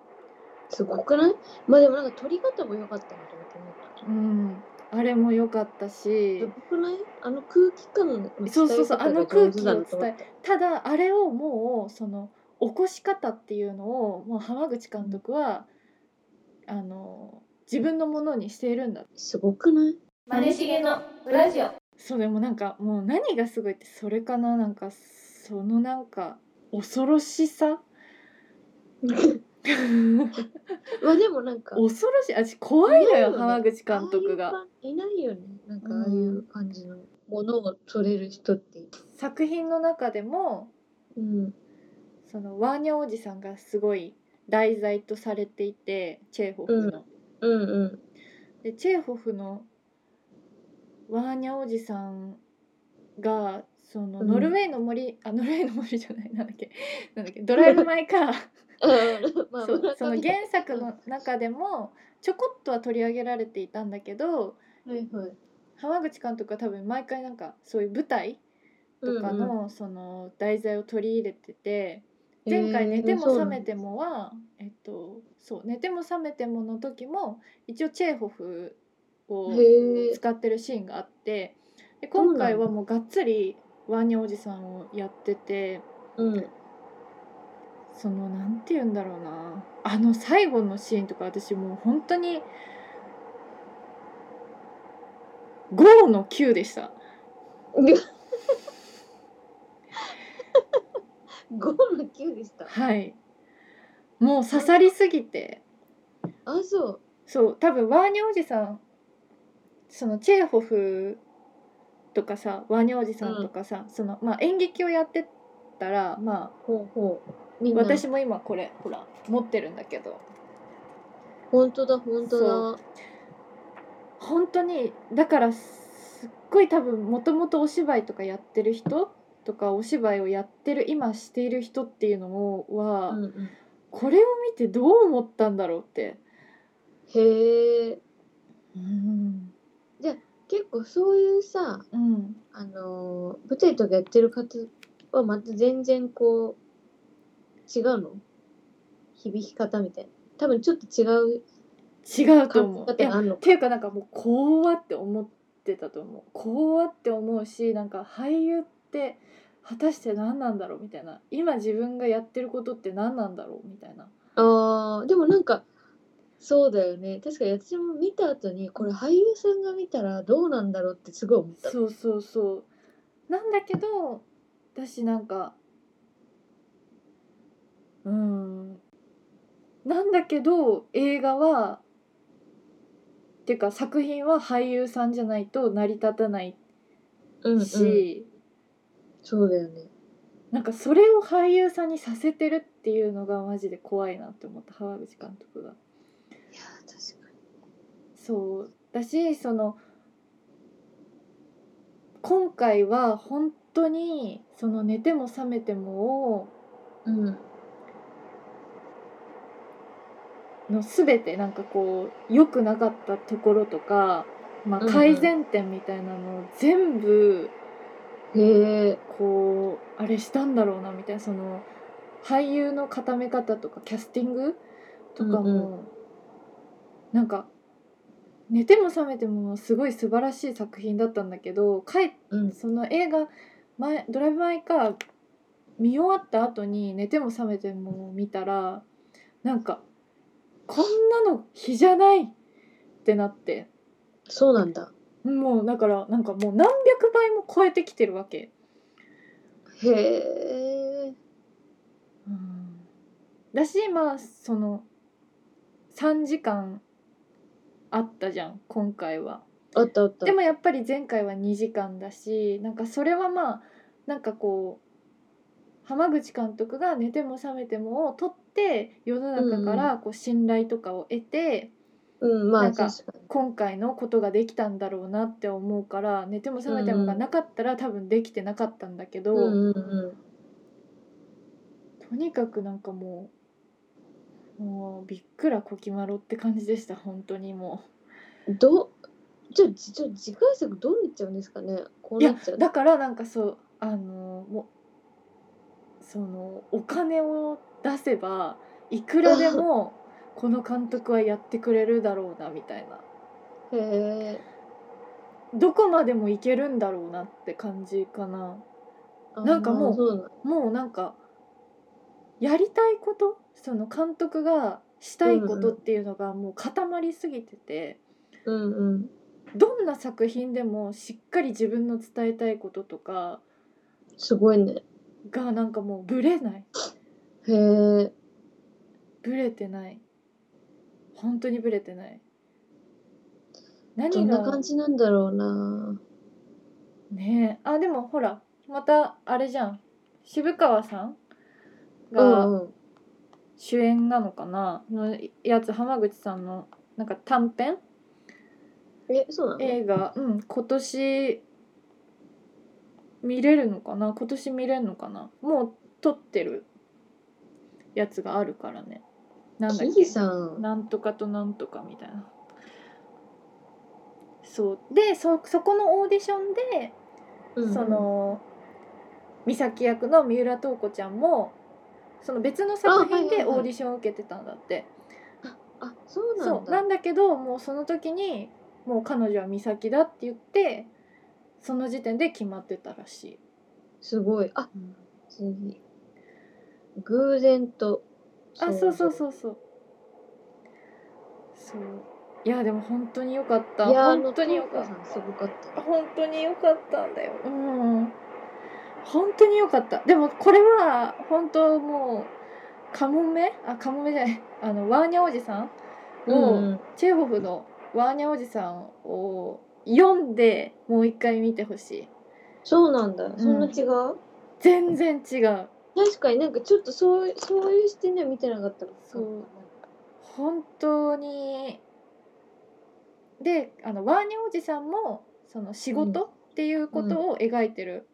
すごくないまあでもなんか撮り方も良かったなと思って思った
うん、あれも良かった
す
し
ごくないあの空気感の伝え
そうそうそう
方が
あの空気を
上手だなと思った
ただあれをもうその起こし方っていうのをもう浜口監督は、あの自分のものにしているんだ
すごくない
マネしげのラジオそうでもなんかもう何がすごいってそれかななんかそのなんか恐ろしさ
まあでもなんか
恐ろしいあ私怖いの
いないよ
よ
ね
浜口監督
あ
が
あいう感いないよねなんかああいう感じのものを撮れる人って
作品の中でも
うん
そのワーニャおじさんがすごい題材とされていてチェーホフの、
うんうん
でチェーホフのワーニャおじさんがその
うん
ノルウェーの森、あノルウェーの森じゃないなんだっけなんだっけドライブ・マイ・カー
うん まあ
そう
村上
その原作の中でもちょこっとは取り上げられていたんだけど
はいはい
浜口監督は多分毎回なんかそういう舞台とかの、その題材を取り入れてて前回寝て
えー
も
そ
覚
う
めてもは、えっとそう寝ても覚めてもの時も一応チェーホフを
へえ
使ってるシーンがあってで
そうなん
今
だ
回はもうがっつりワーニャおじさんをやってて
うん
そのなんて言うんだろうなあの最後のシーンとか私もう本当に5の9でした。
5の9でした
はいもう刺さりすぎて
あそう
そう多分ワーニャおじさんそのチェーホフとかさワーニャおじさんとかさ、そのまあ、演劇をやってたら、ま
ほうほうみ
あ、
んな
私も今これほら持ってるんだけど
本当だ本当だ
本当にだからすっごい多分もともとお芝居とかやってる人とかお芝居をやってる今している人っていうのは、
うんうん
これを見てどう思ったんだろうって。
へえ
うん
結構そういうさ
うん
あのー舞台とかやってる方はまた全然こう違うの響き方みたいな多分ちょっと違う
違うと
感じ
思う。い
方
や
があるの
っ
か
ていうかなんかもう怖って思ってたと思う怖って思うしなんか俳優って果たして何なんだろうみたいな今自分がやってることって何なんだろうみたいな
あーでもなんかそうだよね確かに私も見た後にこれ俳優さんが見たらどうなんだろうってすごい思った
そうそうそうなんだけど私なんかうーんなんだけど映画はっていうか作品は俳優さんじゃないと成り立たない
うんうん
し、
そうだよね
なんかそれを俳優さんにさせてるっていうのがマジで怖いなって思った浜口監督が。
いやー確かに
そうだしその今回は本当にその寝ても覚めてもを
うん
の全てなんかこう良くなかったところとか、まあ、
うんうん
改善点みたいなのを全部
へえ
こうあれしたんだろうなみたいなその俳優の固め方とかキャスティングとかも、
うん
なんか寝ても覚めてもすごい素晴らしい作品だったんだけど帰っ
うん
その映画前ドライブ・マイ・カー見終わった後に寝ても覚めても見たらなんかこんなの日じゃないってなって
そうなんだ
もうだからなんかもう何百倍も超えてきてるわけ。
へえ
うんだしまあその3時間あったじゃん今回は。
あったあった
でもやっぱり前回は2時間だしなんかそれはまあなんかこう浜口監督が「寝ても覚めても」を取って世の中からこう信頼とかを得て、
うんま
な
あ
んか
確かに
今回のことができたんだろうなって思うから「寝ても覚めても」がなかったら多分できてなかったんだけど、
うんうんうん
とにかくなんかもうもうびっくらこきまろって感じでした本当にもう。
どじゃあじじゃあ次回作どうなっちゃうんですかねこう
い
な
や
っちゃう
だからなんかそうあのもうそのお金を出せばいくらで もこの監督はやってくれるだろうなみたいな
へえ
どこまでもいけるんだろうなって感じかななんかもう
そうなん
もうなんかやりたいことその監督がしたいことっていうのがもう固まりすぎてて、
うんうん
どんな作品でもしっかり自分の伝えたいこととか
すごいね
がなんかもうブレない
へえ
ブレてない本当にブレてない
ど
何
ん
が
な感じなんだろうな
ねえあでもほらまたあれじゃん渋川さん
う
が
んうん
主演なのかなのやつ浜口さんのなんか短編
えそうなの
映画うん今年見れるのかな今年見れるのかなもう撮ってるやつがあるからねなんだっ
キ
け
リさん。
なんとかとなんとかみたいなそうでそそこのオーディションで、
うん
その美咲役の三浦透子ちゃんもその別の作品
あはい
で
はいはい
オーディションを受けてたんだって、
あそうな
そ
ん
う
だ
なんだけどもうその時にもう彼女は美咲だって言ってその時点で決まってたらしい。
すごいあ次偶然と
あそうそう
う
そうそうそういやでも本当に良かった
いやあ
本当に良か
の
っ
トウコさんすごかった
た本当に良かったんだようん本当に良かったでもこれは本当もうカモメあカモメじゃないあのワーニャおじさんを、
うん
チェーホフのワーニャおじさんを読んでもう一回見てほしい
そうなんだ
ん
そんな違う、
全然違う
確かになんかちょっとそうそういう視点では見てなかったの
そう本当にであのワーニャおじさんもその仕事っていうことを描いてる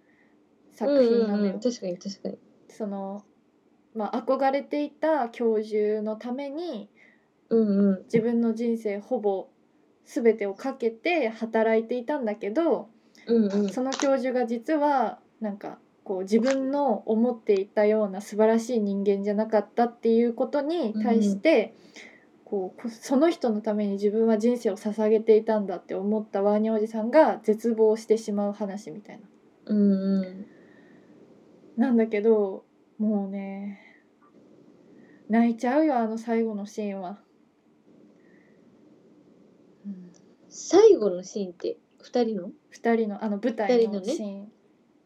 作品な
う
の
んう
よ。
んうん、確かに確かに
そのまあ、憧れていた教授のために
うんうん
自分の人生ほぼ全てをかけて働いていたんだけど
うんうん
その教授が実はなんかこう自分の思っていたような素晴らしい人間じゃなかったっていうことに対して、こうこその人のために自分は人生を捧げていたんだって思ったワーニャおじさんが絶望してしまう話みたいな。
うんうん
なんだけどもうね泣いちゃうよあの最後のシーンは。うん
最後のシーンって二人の
二人のあの舞
二
台
人の
の
ね
シーン。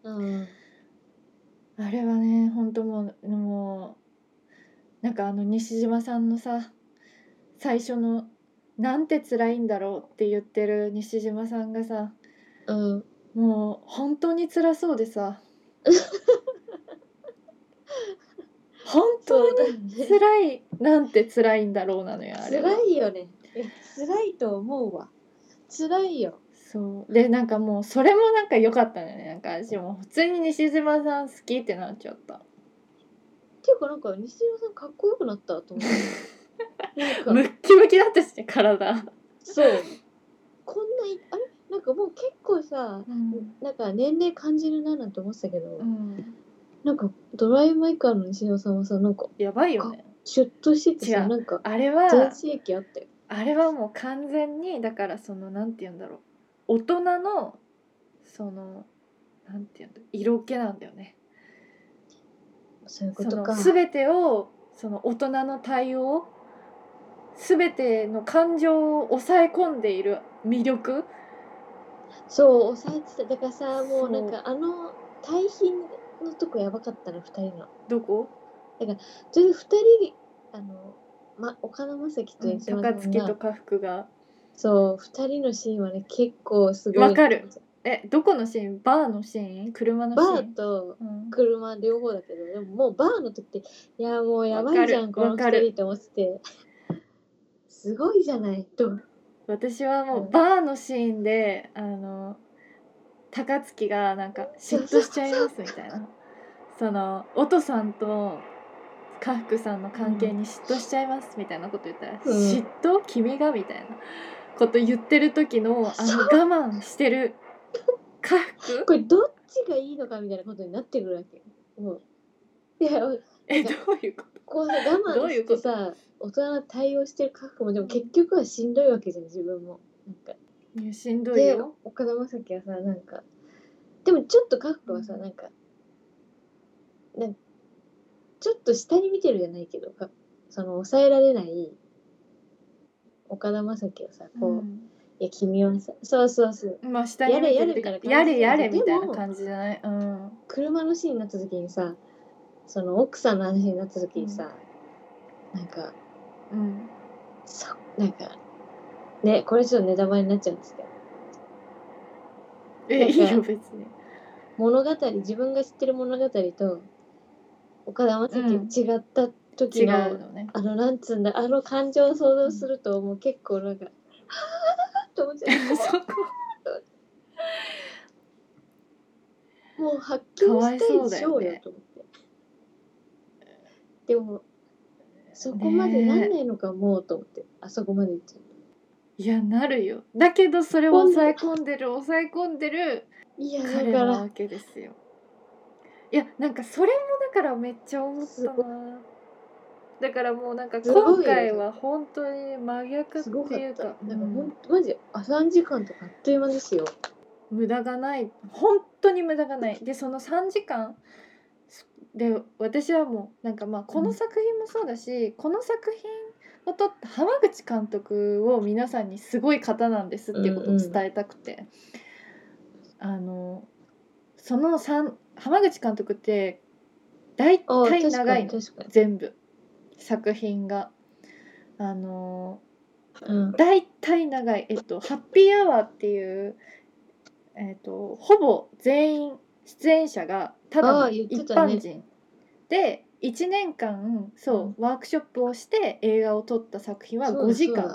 うん
あれはね本当もうもうなんかあの西島さんのさ最初の「なんて辛いんだろう」って言ってる西島さんがさ
うん
もう本当に辛そうで さ本当に
だね
辛いなんて辛いんだろうなのよあれは
辛いよねいや辛いと思うわ辛いよ
そうでなんかもうそれもなんか良かったのよねなんか私も普通に西島さん好きってなっちゃった
っていうかなんか西島さんかっこよくなったと思 う
ム
なんか
ッキムキだったしね体、
そうこんないあれなんかもう結構さなんか年齢感じるななんて思ってたけど、
うん
なんかドライマイカーの西島さんはさなんか
やばいよね
シュッとしてて
違
さ
う
なんか
あれ
全
は
盛期あったよ
あれはもう完全にだからそのなんて言うんだろう大人のそのなんて言うんだ色気なんだよね
そういうこ
そ
と
の
か
全てをその大人の対応全ての感情を抑え込んでいる魅力
そう抑えてただからさも
そう
うなんかあの対比のとこやばかったな2人の
どこ
それで2人あの、ま、岡田将生と西島
高
さん
槻と
が
家福が
そう2人のシーンはね結構すごい
わかるえどこのシーンバーのシーン車の
バ
シー
ー
ン
と
うん
車両方だけどでももうバーの時っていやもうやばいじゃん
わ
こ
かる
の2人って思っててすごいじゃないと
私はも
うん
うバーのシーンであの高槻がなんか嫉妬しちゃいますみたいなその音さんと家福さんの関係に嫉妬しちゃいますみたいなこと言ったら「
うん
嫉妬君が?」みたいなこと言ってる時のあの
そう
我慢してる家福
これどっちがいいのかみたいなことになってくるわけもういや
えどういうこと
こうさ我
ど
慢
ういう
し
こ
て
と
さ大人の対応してる覚悟もでも結局はしんどいわけじゃん自分もなんか
いやしんどい
で
よ
岡田将生はさなんかでもちょっと覚悟はさなんかなんちょっと下に見てるじゃないけどかその抑えられない岡田将生をさこう、
う
い
ん
や君はさそうそうそう
まあ下に見てるっていうか
や
や
れ
れ
や
や
れ
れみ
みた
た
い
い
な
な感じじゃないうん
車のシーンになった時にさその奥さんの話になった時にさ、なんか
うん
そなんかねこれちょっとネタバレになっちゃうんですけど
えいい
なん
よ
か
別に
物語自分が知ってる物語と岡田将生違った
違
時
う
の、
のね
あのなんつうんだあの感情を想像すると、もう結構なんか「はあ」と思っちゃ う
そこ
もう発狂したいでしょうよと思って、でもそこまでなんないのかもうと思って、あそこまでいっちゃう
いやなるよだけどそれを抑え込んでる抑え込んでる
いやだ
彼
か
な
ら
わけですよいやなんかそれもからめっちゃ思っ
す
た
ご
なだからもうなんか
すごいよ
今回は本当に真逆って
すごかっ
いう
た
か。
なんか
うん
ほんと、マジ、あ、3時間とかあっという間ですよ。
無駄がない本当に無駄がないでその3時間で私はもうなんかまあこの作品もそうだし、この作品を撮った浜口監督を皆さんにすごい方なんですっていうことを伝えたくて、あのその三浜口監督って大
ああ、
体
確
長
か
い
に、
の
確かに。
全部作品が。あの
うん。
大体長い、えっと、ハッピーアワーっていう、えっと、ほぼ全員出演者がただ
あ
の
ー言って
一
たね
般人、で1年間そう、ワークショップをして映画を撮った作品は
そうだ
5時
そう
間
だ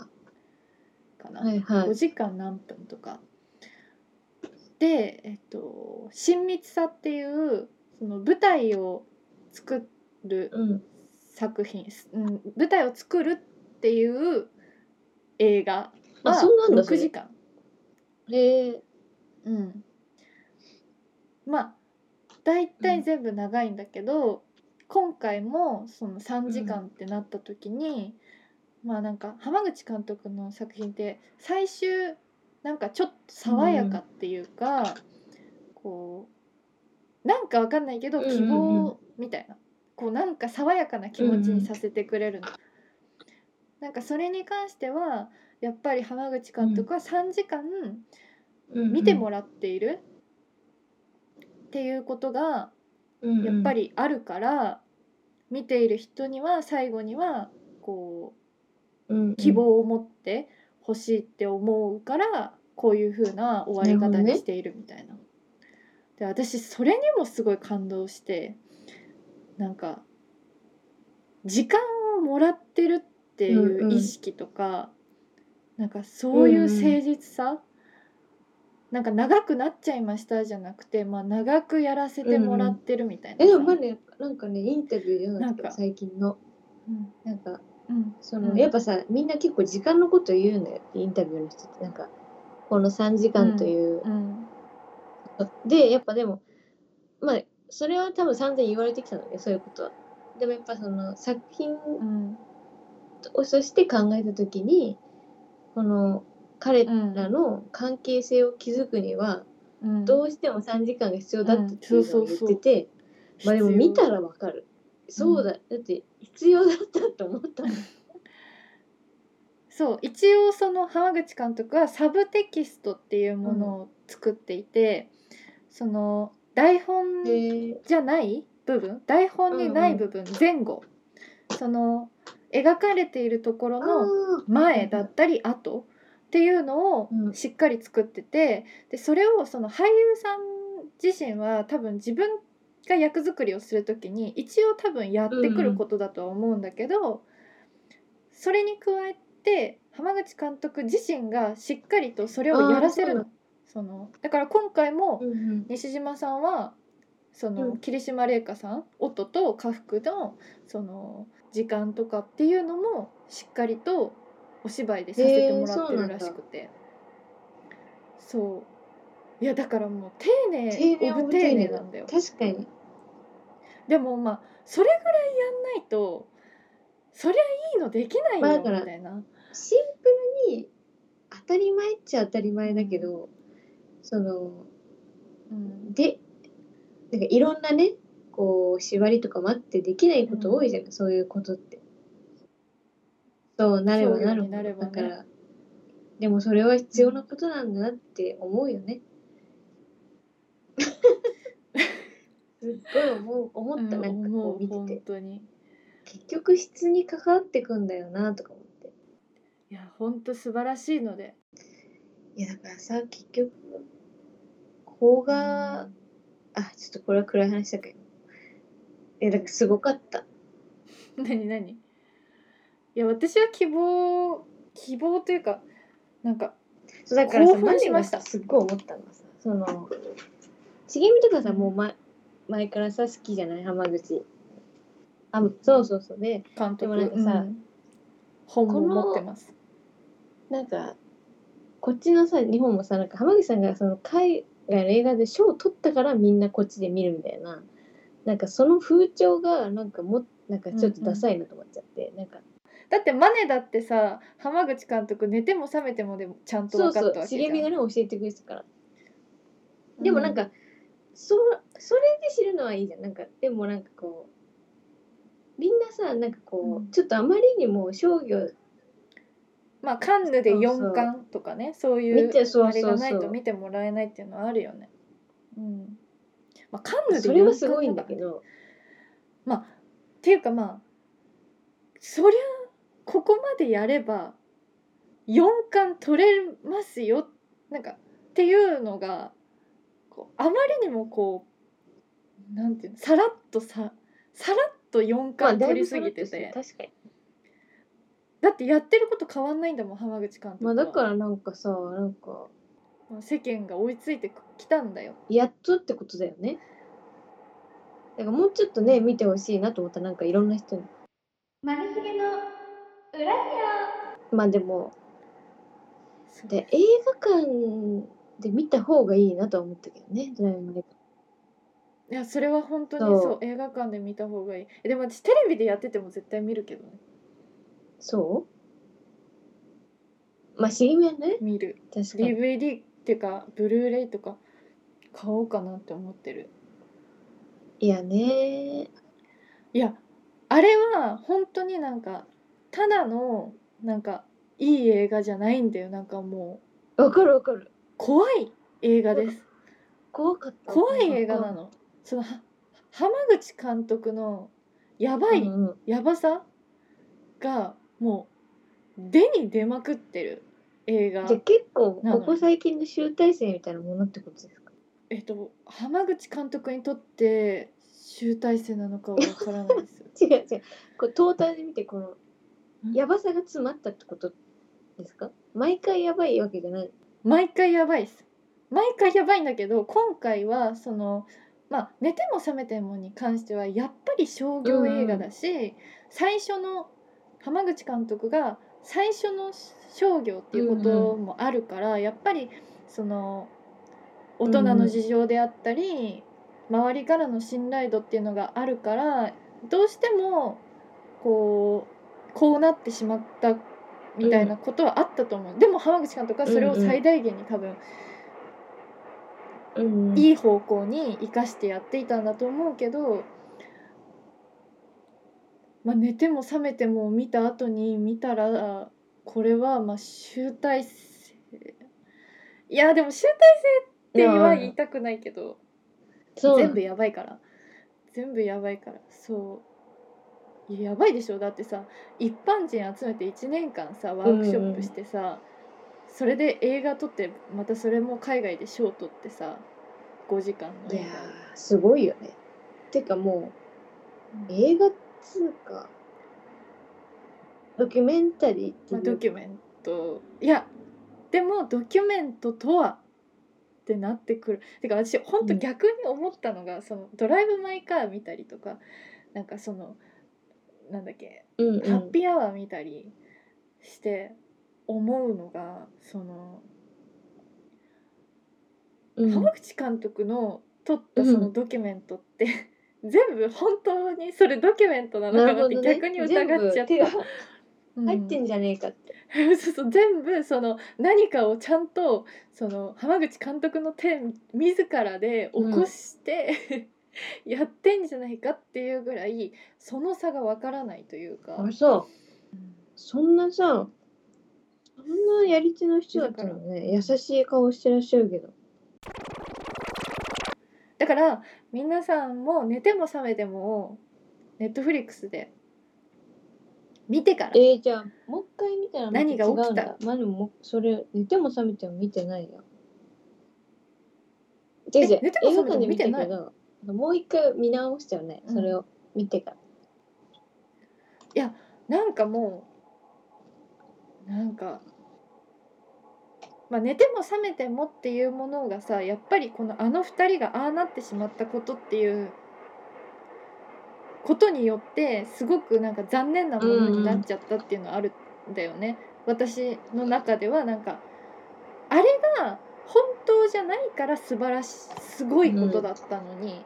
かな、
はいは
5
い。
時間何分とか。で、えっと、親密さっていうその舞台を作る
うん。
作品、うん、舞台を作るっていう映画
あそうなんだそ
6
れ
時間
へえ。
うん、まあ大体全部長いんだけど、今回もその3時間ってなった時に、まあなんか浜口監督の作品って最終なんかちょっと爽やかっていうか、こうなんかわかんないけど
うんうんうん
希望みたいな、こうなんか爽やかな気持ちにさせてくれるの。なんかそれに関してはやっぱり浜口監督は3時間、見てもらっているっていうことが
うん、
やっぱりあるから見ている人には最後にはこう希望を持ってほしいって思うからこういう風な終わり
な
方
るほど
に
ね
しているみたいな。で私それにもすごい感動してなんか時間をもらってるっていう意識とか、なんかそういう誠実さ、なんか長くなっちゃいましたじゃなくて、まあ、長くやらせてもらってるみたいな
え
さ、
でもまあねなんかねインタビューで読んだけ
なん
ど
か
最近の
うん
なんか
うん
その、
うん
やっぱさみんな結構時間のこと言うんだよインタビューの人ってなんかこの3時間という、
うん
でやっぱでもまあそれは多分散々言われてきたのでそういうことはでもやっぱその作品
うん
をそして考えた時にこの彼らの関係性を築くには
うん、
どうしても3時間が必要だったっていうのを言ってて、まあでも
必要
見たらわかる。そうだ、だって必要だったと思ったもん。
そう一応その浜口監督はサブテキストっていうものを作っていて、その台本
へ
じゃない部分台本にない部分前後、その描かれているところの前だったり後っていうのを
うん
しっかり作っててでそれをその俳優さん自身は多分自分が役作りをする時に一応多分やってくることだとは思うんだけど、それに加えて浜口監督自身がしっかりとそれをやらせる
あ
の。そのだから今回も
うんうん
西島さんはその、
うん
霧島麗華さん音と家福のその時間とかっていうのもしっかりとお芝居でさせてもらってるらしくて、そういやだからもう丁
丁
寧
寧
オ
オ
ブ
ブ
丁
丁
寧
寧
な
なん
だよ
確かに。
でもまあそれぐらいやんないとそりゃいいのできない
まあ
よ
だから
みたいな、
シンプルに当たり前っちゃ当たり前だけど、その
うん
でなんかいろんなねこう縛りとかもあってできないこと多いじゃない、そういうことって。そうなれば
そ
なるほ
うようになれ
ど
ば
だ
ね
からでもそれは必要なことなんだなって思うよ ね。すっごい思う思った、なんかこう
う
見
ん思う
て
本
て
当に
結局質に関わってくんだよなとか思って。
いや本当素晴らしいので
いやだからさ結局邦画、
うん
あちょっとこれは暗い話だけどいやだからすごかった。
何何いや私は希望希望というかなんか
そうだからさ
興奮しました
マジですっごい思ったのはさその茂みとかさもう前前からさ好きじゃない浜口あそうそうそうで
監督
でもなんかさ
う本も持ってます
なんかこっちのさ日本もさなんか浜口さんがその海外の映画で賞を取ったからみんなこっちで見るみたいななんかその風潮がなんかもなんかちょっとダサいなと思っちゃって、なんか
だってマネだってさ浜口監督寝ても覚めてもでもちゃんと
そう
分か
そ
った
う
わけ
茂
じゃん
みがね教えてくれてたからでもなんか、そそれで知るのはいいじゃんなんかでもなんかこうみんなさなんかこう、
うん
ちょっとあまりにも商業
まあカンヌで4巻とかねそうい
見て
う
そう
あれがない
そう
と
そう
見てもらえないっていうのはあるよね。うんまあ、カンヌで
それはすごい
四巻
んだ
から
け
ね
ど
まあっていうかまあそりゃここまでやれば4巻取れますよなんかっていうのがこうあまりにもこうなんていうのさらっとささらっと4巻取りすぎて
そ
て、
う確かに
だってやってること変わんないんだもん浜口監督
ま
は
あだからなんかさなんか
まあ世間が追いついてきたんだよ。
やっとってことだよねだからもうちょっとね見てほしいなと思ったなんかいろんな人に
マネヒゲの裏
まあでもで映画館で見た方がいいなとは思ったけどねドラえもんの映
いやそれは本当に
そう
そう映画館で見た方がいいえでも私テレビでやってても絶対見るけどね
画そうまあ茂みはね
見る
確かに
DVD っていうかブルーレイとか買おうかなって思ってる
いやね
いやあれは本当になんかただのなんかいい映画じゃないんだよなんかも
わかるわかる
う怖い映画です
怖かった
怖い映画なのそのは浜口監督のやばい、
うんうん
やばさがもう出に出まくってる映画
じゃあ結構
なの
ここ最近の集大成みたいなものってことですか
えっと浜口監督にとって集大成なのかはわからない です
違う違うこうトータルで見てこの
うん
やばさが詰まったってことですか毎回やばいわけじゃない
毎回やばいです毎回やばいんだけど今回はそのまあ「寝ても覚めても」に関してはやっぱり商業映画だし、最初の浜口監督が最初の商業っていうこともあるから、やっぱりその大人の事情であったり、周りからの信頼度っていうのがあるからどうしてもこうこうなってしまったみたいなことはあったと思う、でも浜口監督はそれを最大限に多分
うんうん
いい方向に生かしてやっていたんだと思うけど、まあ、寝ても覚めても見た後に見たらこれはまあ集大成いやでも集大成っては言いたくないけど
そう
全部やばいから全部やばいからそういややばいでしょだってさ一般人集めて1年間さワークショップしてさ、それで映画撮ってまたそれも海外で賞取ってさ5時間の
いや
映
ーすごいよねてかもう
画
映画っつうかドキュメンタリーって
ま
い
あ、
う、
ドキュメントいやでもドキュメントとはってなってくるてか私ほんと
うん
逆に思ったのが、そのドライブ・マイ・カー見たりとかなんかそのなんだっけ
うんうん
ハッピーアワー見たりして思うのがその
うん
浜口監督の撮ったそのドキュメントって 全部本当にそれドキュメントなのか
なる
なっ
ほ
て
どね
逆に疑っちゃっ
全部手が
た。うん
入ってんじゃねえかって、
そうそう全部その何かをちゃんとその浜口監督の手自らで起こして、 やってんじゃないかっていうぐらいその差がわからないというか。
あれさそんなさそんなやり手の人だったのね優しい顔してらっしゃるけど
だから皆さんも寝ても覚めてもネットフリックスで見てから
えー、じゃあもう一回見たらま
何が起きた
違うんだまあでももうそれ寝ても覚めても見てないよ違う違う
寝ても
映
覚
画
めても
館で
見
見
て
た
ない
けどもう一回見直しちゃうね
うん
それを見てから、
なんかもうなんか、まあ、寝ても覚めてもっていうものがさやっぱりこのあの2人がああなってしまったことっていうことによってすごくなんか残念なものになっちゃったっていうのはあるんだよね、私の中ではなんかあれが本当じゃないから素晴らしすごいことだったのに、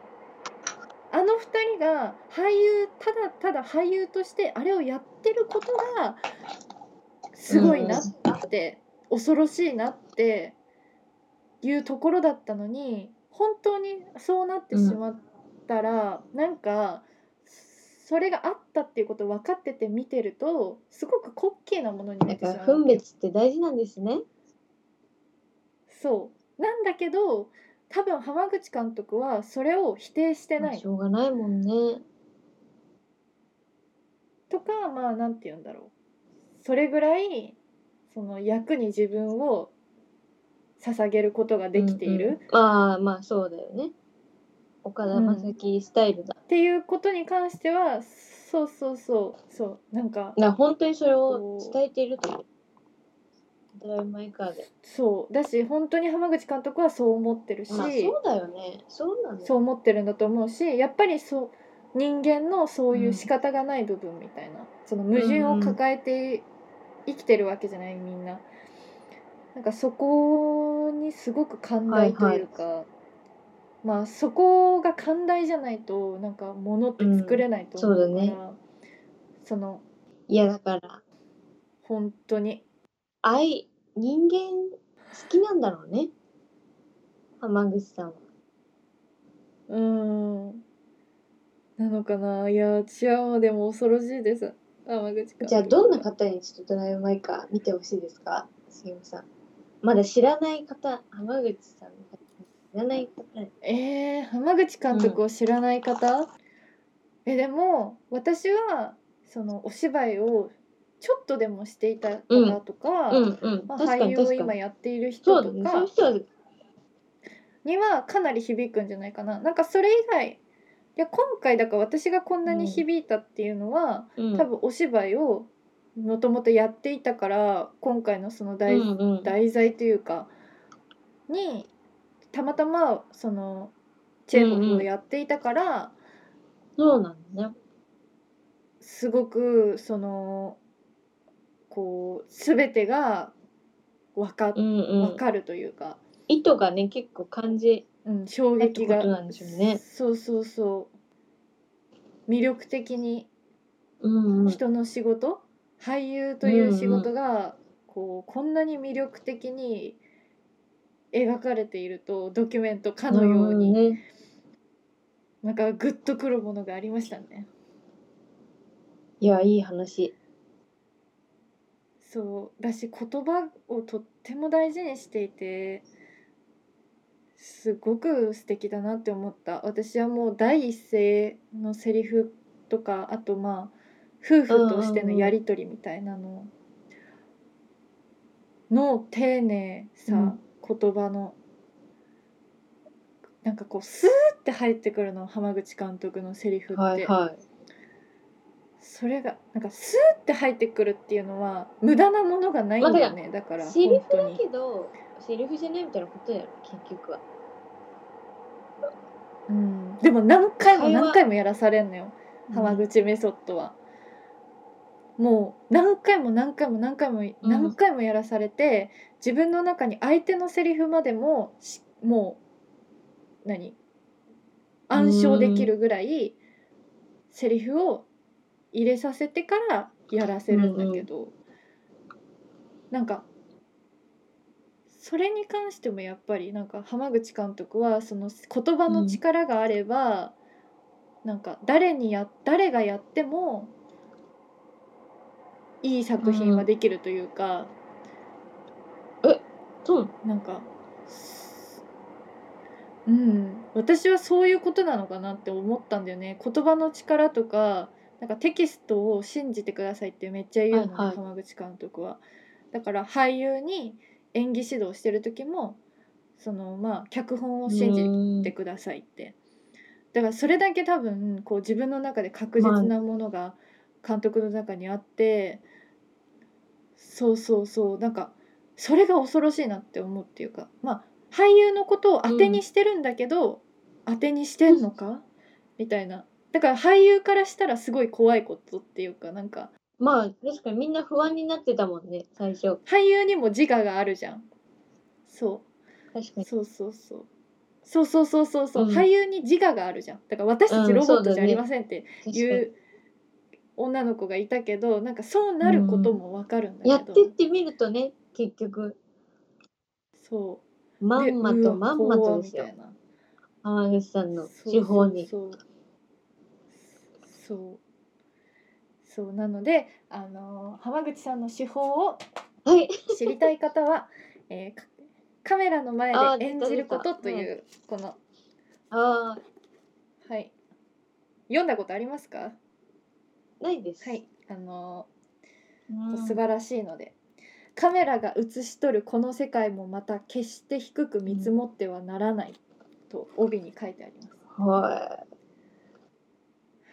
あの2人が俳優ただただ俳優としてあれをやってることがすごいなって、恐ろしいなっていうところだったのに本当にそうなってしまったら、なんかそれがあったっていうことを分かってて見てるとすごく滑稽なものにな
なん
ってし
か
まう
分別って大事なんですね。
そうなんだけど多分浜口監督はそれを否定して
ま
な
あ
い
しょうがないもんね。
とかまあなんて言うんだろうそれぐらいその役に自分を捧げることができてい
うんうん
る、
まあまあそうだよね。岡田将生スタイルだ。
っていうことに関してはそうそうそうそうなんか
な本当にそれを伝えているという。ドライブマイカーで。
そうだし本当に浜口監督はそう思ってるし、
まあそうだよね。そうなんだ
そう思ってるんだと思うしやっぱりそう人間のそういう仕方がない部分みたいな、その矛盾を抱えて生きてるわけじゃないみんな。なんかそこにすごく寛大というか、まあそこが寛大じゃないとなんか物って作れないと思うから、
うんそうだね
その
いやだから
本当に
愛人間好きなんだろうね。浜口さんは。
うーんなのかないやチアもでも恐ろしいです浜口監督
じゃあどんな方にちょっとドライブ・マイカー見てほしいですか杉山さんまだ知らない方浜口さんの方知らない方
えー、浜口監督を知らない方、えでも私はそのお芝居をちょっとでもしていた方とか、
うんうん
まあ、
確か
俳
に
優を
確か
今
に
やっている
そ
人
うだ
と
ねそうい
か
う人は
にはかなり響くんじゃないかななんかそれ以外いや今回だから私がこんなに響いたっていうのは、
うん
多分お芝居をもともとやっていたから今回のその題,、
うんうん
題材というかにたまたまそのチェーホフをやっていたから。
そうなんだね
すごくそのこう全てが分か,、
うんうん
かるというか、
意図がね結構感じ
うん、衝
だって
撃
こ
が
となんでしょうね
そうそうそう魅力的に
うんうん
人の仕事、俳優という仕事がこうこんなに魅力的に描かれているとドキュメントかのように、
なるほどね
なんかグッとくるものがありましたね。
いやいい話
そうだし言葉をとっても大事にしていてすごく素敵だなって思った私はもう第一声のセリフとかあとまあ夫婦としてのやり取りみたいなのの丁寧さ、
うん
言葉のなんかこうスーって入ってくるの浜口監督のセリフって。
はいはい
それがなんかスーって入ってくるっていうのは無駄なものがないんだよね、だから
セリ
本
フ
当
だ
に
けどセリフじゃないみたいなことやろ結局は
うん、でも何回も
会話
何回もやらされんのよ浜口メソッドは、もう何回も何回も何回も何回もやらされて、自分の中に相手のセリフまでもしもう何暗唱できるぐらいセリフを入れさせてからやらせるんだけど、なんかそれに関してもやっぱりなんか浜口監督はその言葉の力があれば、なんか誰にや誰がやってもいい作品はできるというか、
そう
なんかすうん私はそういうことなのかなって思ったんだよね言葉の力とかなんかテキストを信じてくださいってめっちゃ言うのね、
はいはい
浜口監督は。だから俳優に演技指導してる時もそのまあ脚本を信じってくださいってだからそれだけ多分こう自分の中で確実なものが監督の中にあって、そうそうそうなんかそれが恐ろしいなって思うっていうかまあ俳優のことを当てにしてるんだけど、当てにしてんのかみたいなだから俳優からしたらすごい怖いことっていうかなんか
まあ確かにみんな不安になってたもんね最初
俳優にも自我があるじゃんそう
確かに
そうそうそうそうそうそうそうそう、
うん
俳優に自我があるじゃんだから私たちロボットじゃありませんって
確
い
かに
う女の子がいたけどなんかそうなることもわかるんだけど、
やってってみるとね結局
そ
ま
うで
んま
う
と
わ
まんま
ことう
ですよ
みたいな
浜口さんの
そう
手法に
そうそうそうそうなのであの浜口さんの手法を
はい
知りたい方は、 えーかカメラの前
あー
で
出た
演じること
出た
というこの
ああ
はい読んだことありますか
ないです
はいあの
うん
素晴らしいのでカメラが映し取るこの世界もまた決して低く見積もってはならないと帯に書いてあります。
は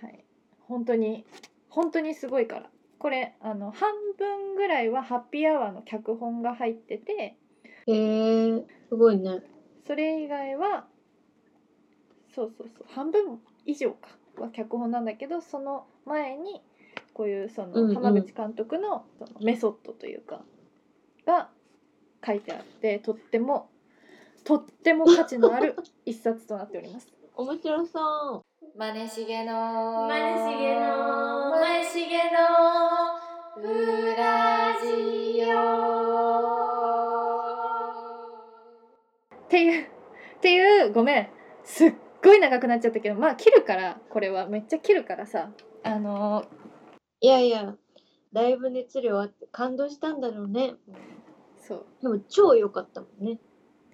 はい、本当に本当にすごいからこれあの半分ぐらいはハッピーアワーの脚本が入ってて
いへえすごいね
それ以外はそうそうそう半分以上かは脚本なんだけどその前にこういうそ
うんう
の
ん
浜口監督のそのメソッドというかが書いてあってとってもとっても価値のある 一冊となっております。
面白そう
マネしげの
マネしげのマネしげの裏ジオ
っていうっていうごめんすっごい長くなっちゃったけどまあ切るからこれはめっちゃ切るからさあのー
いやいやだいぶ熱量あって感動したんだろうね
そう
でも超良かったもんね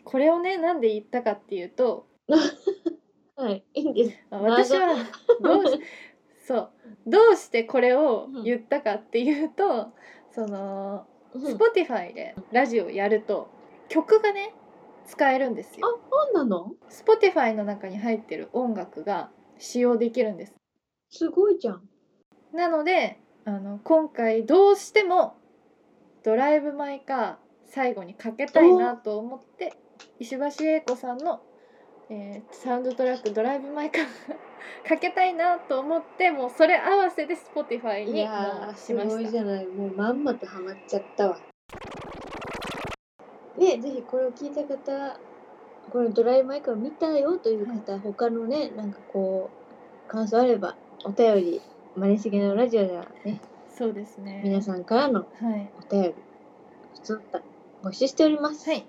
これをねなんで言ったかっていうと
はいいいんです
まあ私はどうし そうどうしてこれを言ったかっていうと、その
うんそう
Spotify でラジオやると曲がね使えるんですよ。
なの
Spotify の中に入ってる音楽が使用できるんです。
すごいじゃん
なのであの今回どうしても「ドライブ・マイ・カー」最後にかけたいなと思って石橋英子さんの、えーサウンドトラック「ドライブ・マイ・カー」 かけたいなと思ってもうそれ合わせで Spotify
い
に
や
も
ー
うし
す
ま
ごい
し
じ
た。
ゃないもうまんまとハマっちゃったわねぜひこれを聞いた方このドライブマイクを見たよという方、他のねなんかこう感想あればお便りマネしげのラジオではね
そうですね
皆さんからの
はい、
お便り普通歌募集しております、
はい、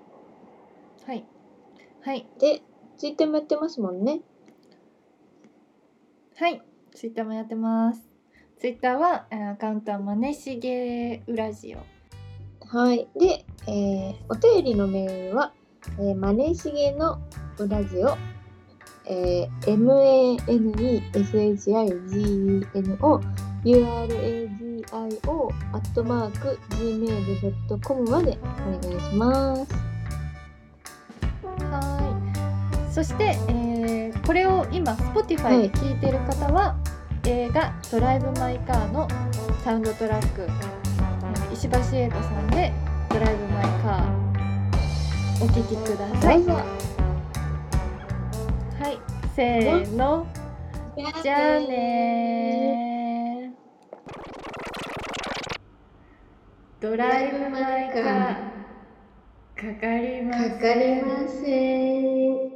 はい、はい、
でツイッターもやってますもんね
はい、ツイッターもやってます。ツイッターはえーアカウントはマネしげうラジオ。
はい。で、えーお便りのメールは、えーマネしげのうラジオ、えー manesshigeno uragio アットマーク gmail.com までお願いします。
はい。そして、えーこれを今 Spotify で聞いてる方は、映画「ドライブ・マイ・カー」のサウンドトラックえー石橋英子さんで「ドライブ・マイ・カー」お聴きください。
どうぞ
はい、せーの、じゃあねー。ドライブ・マイ・カーかかります
かかりません。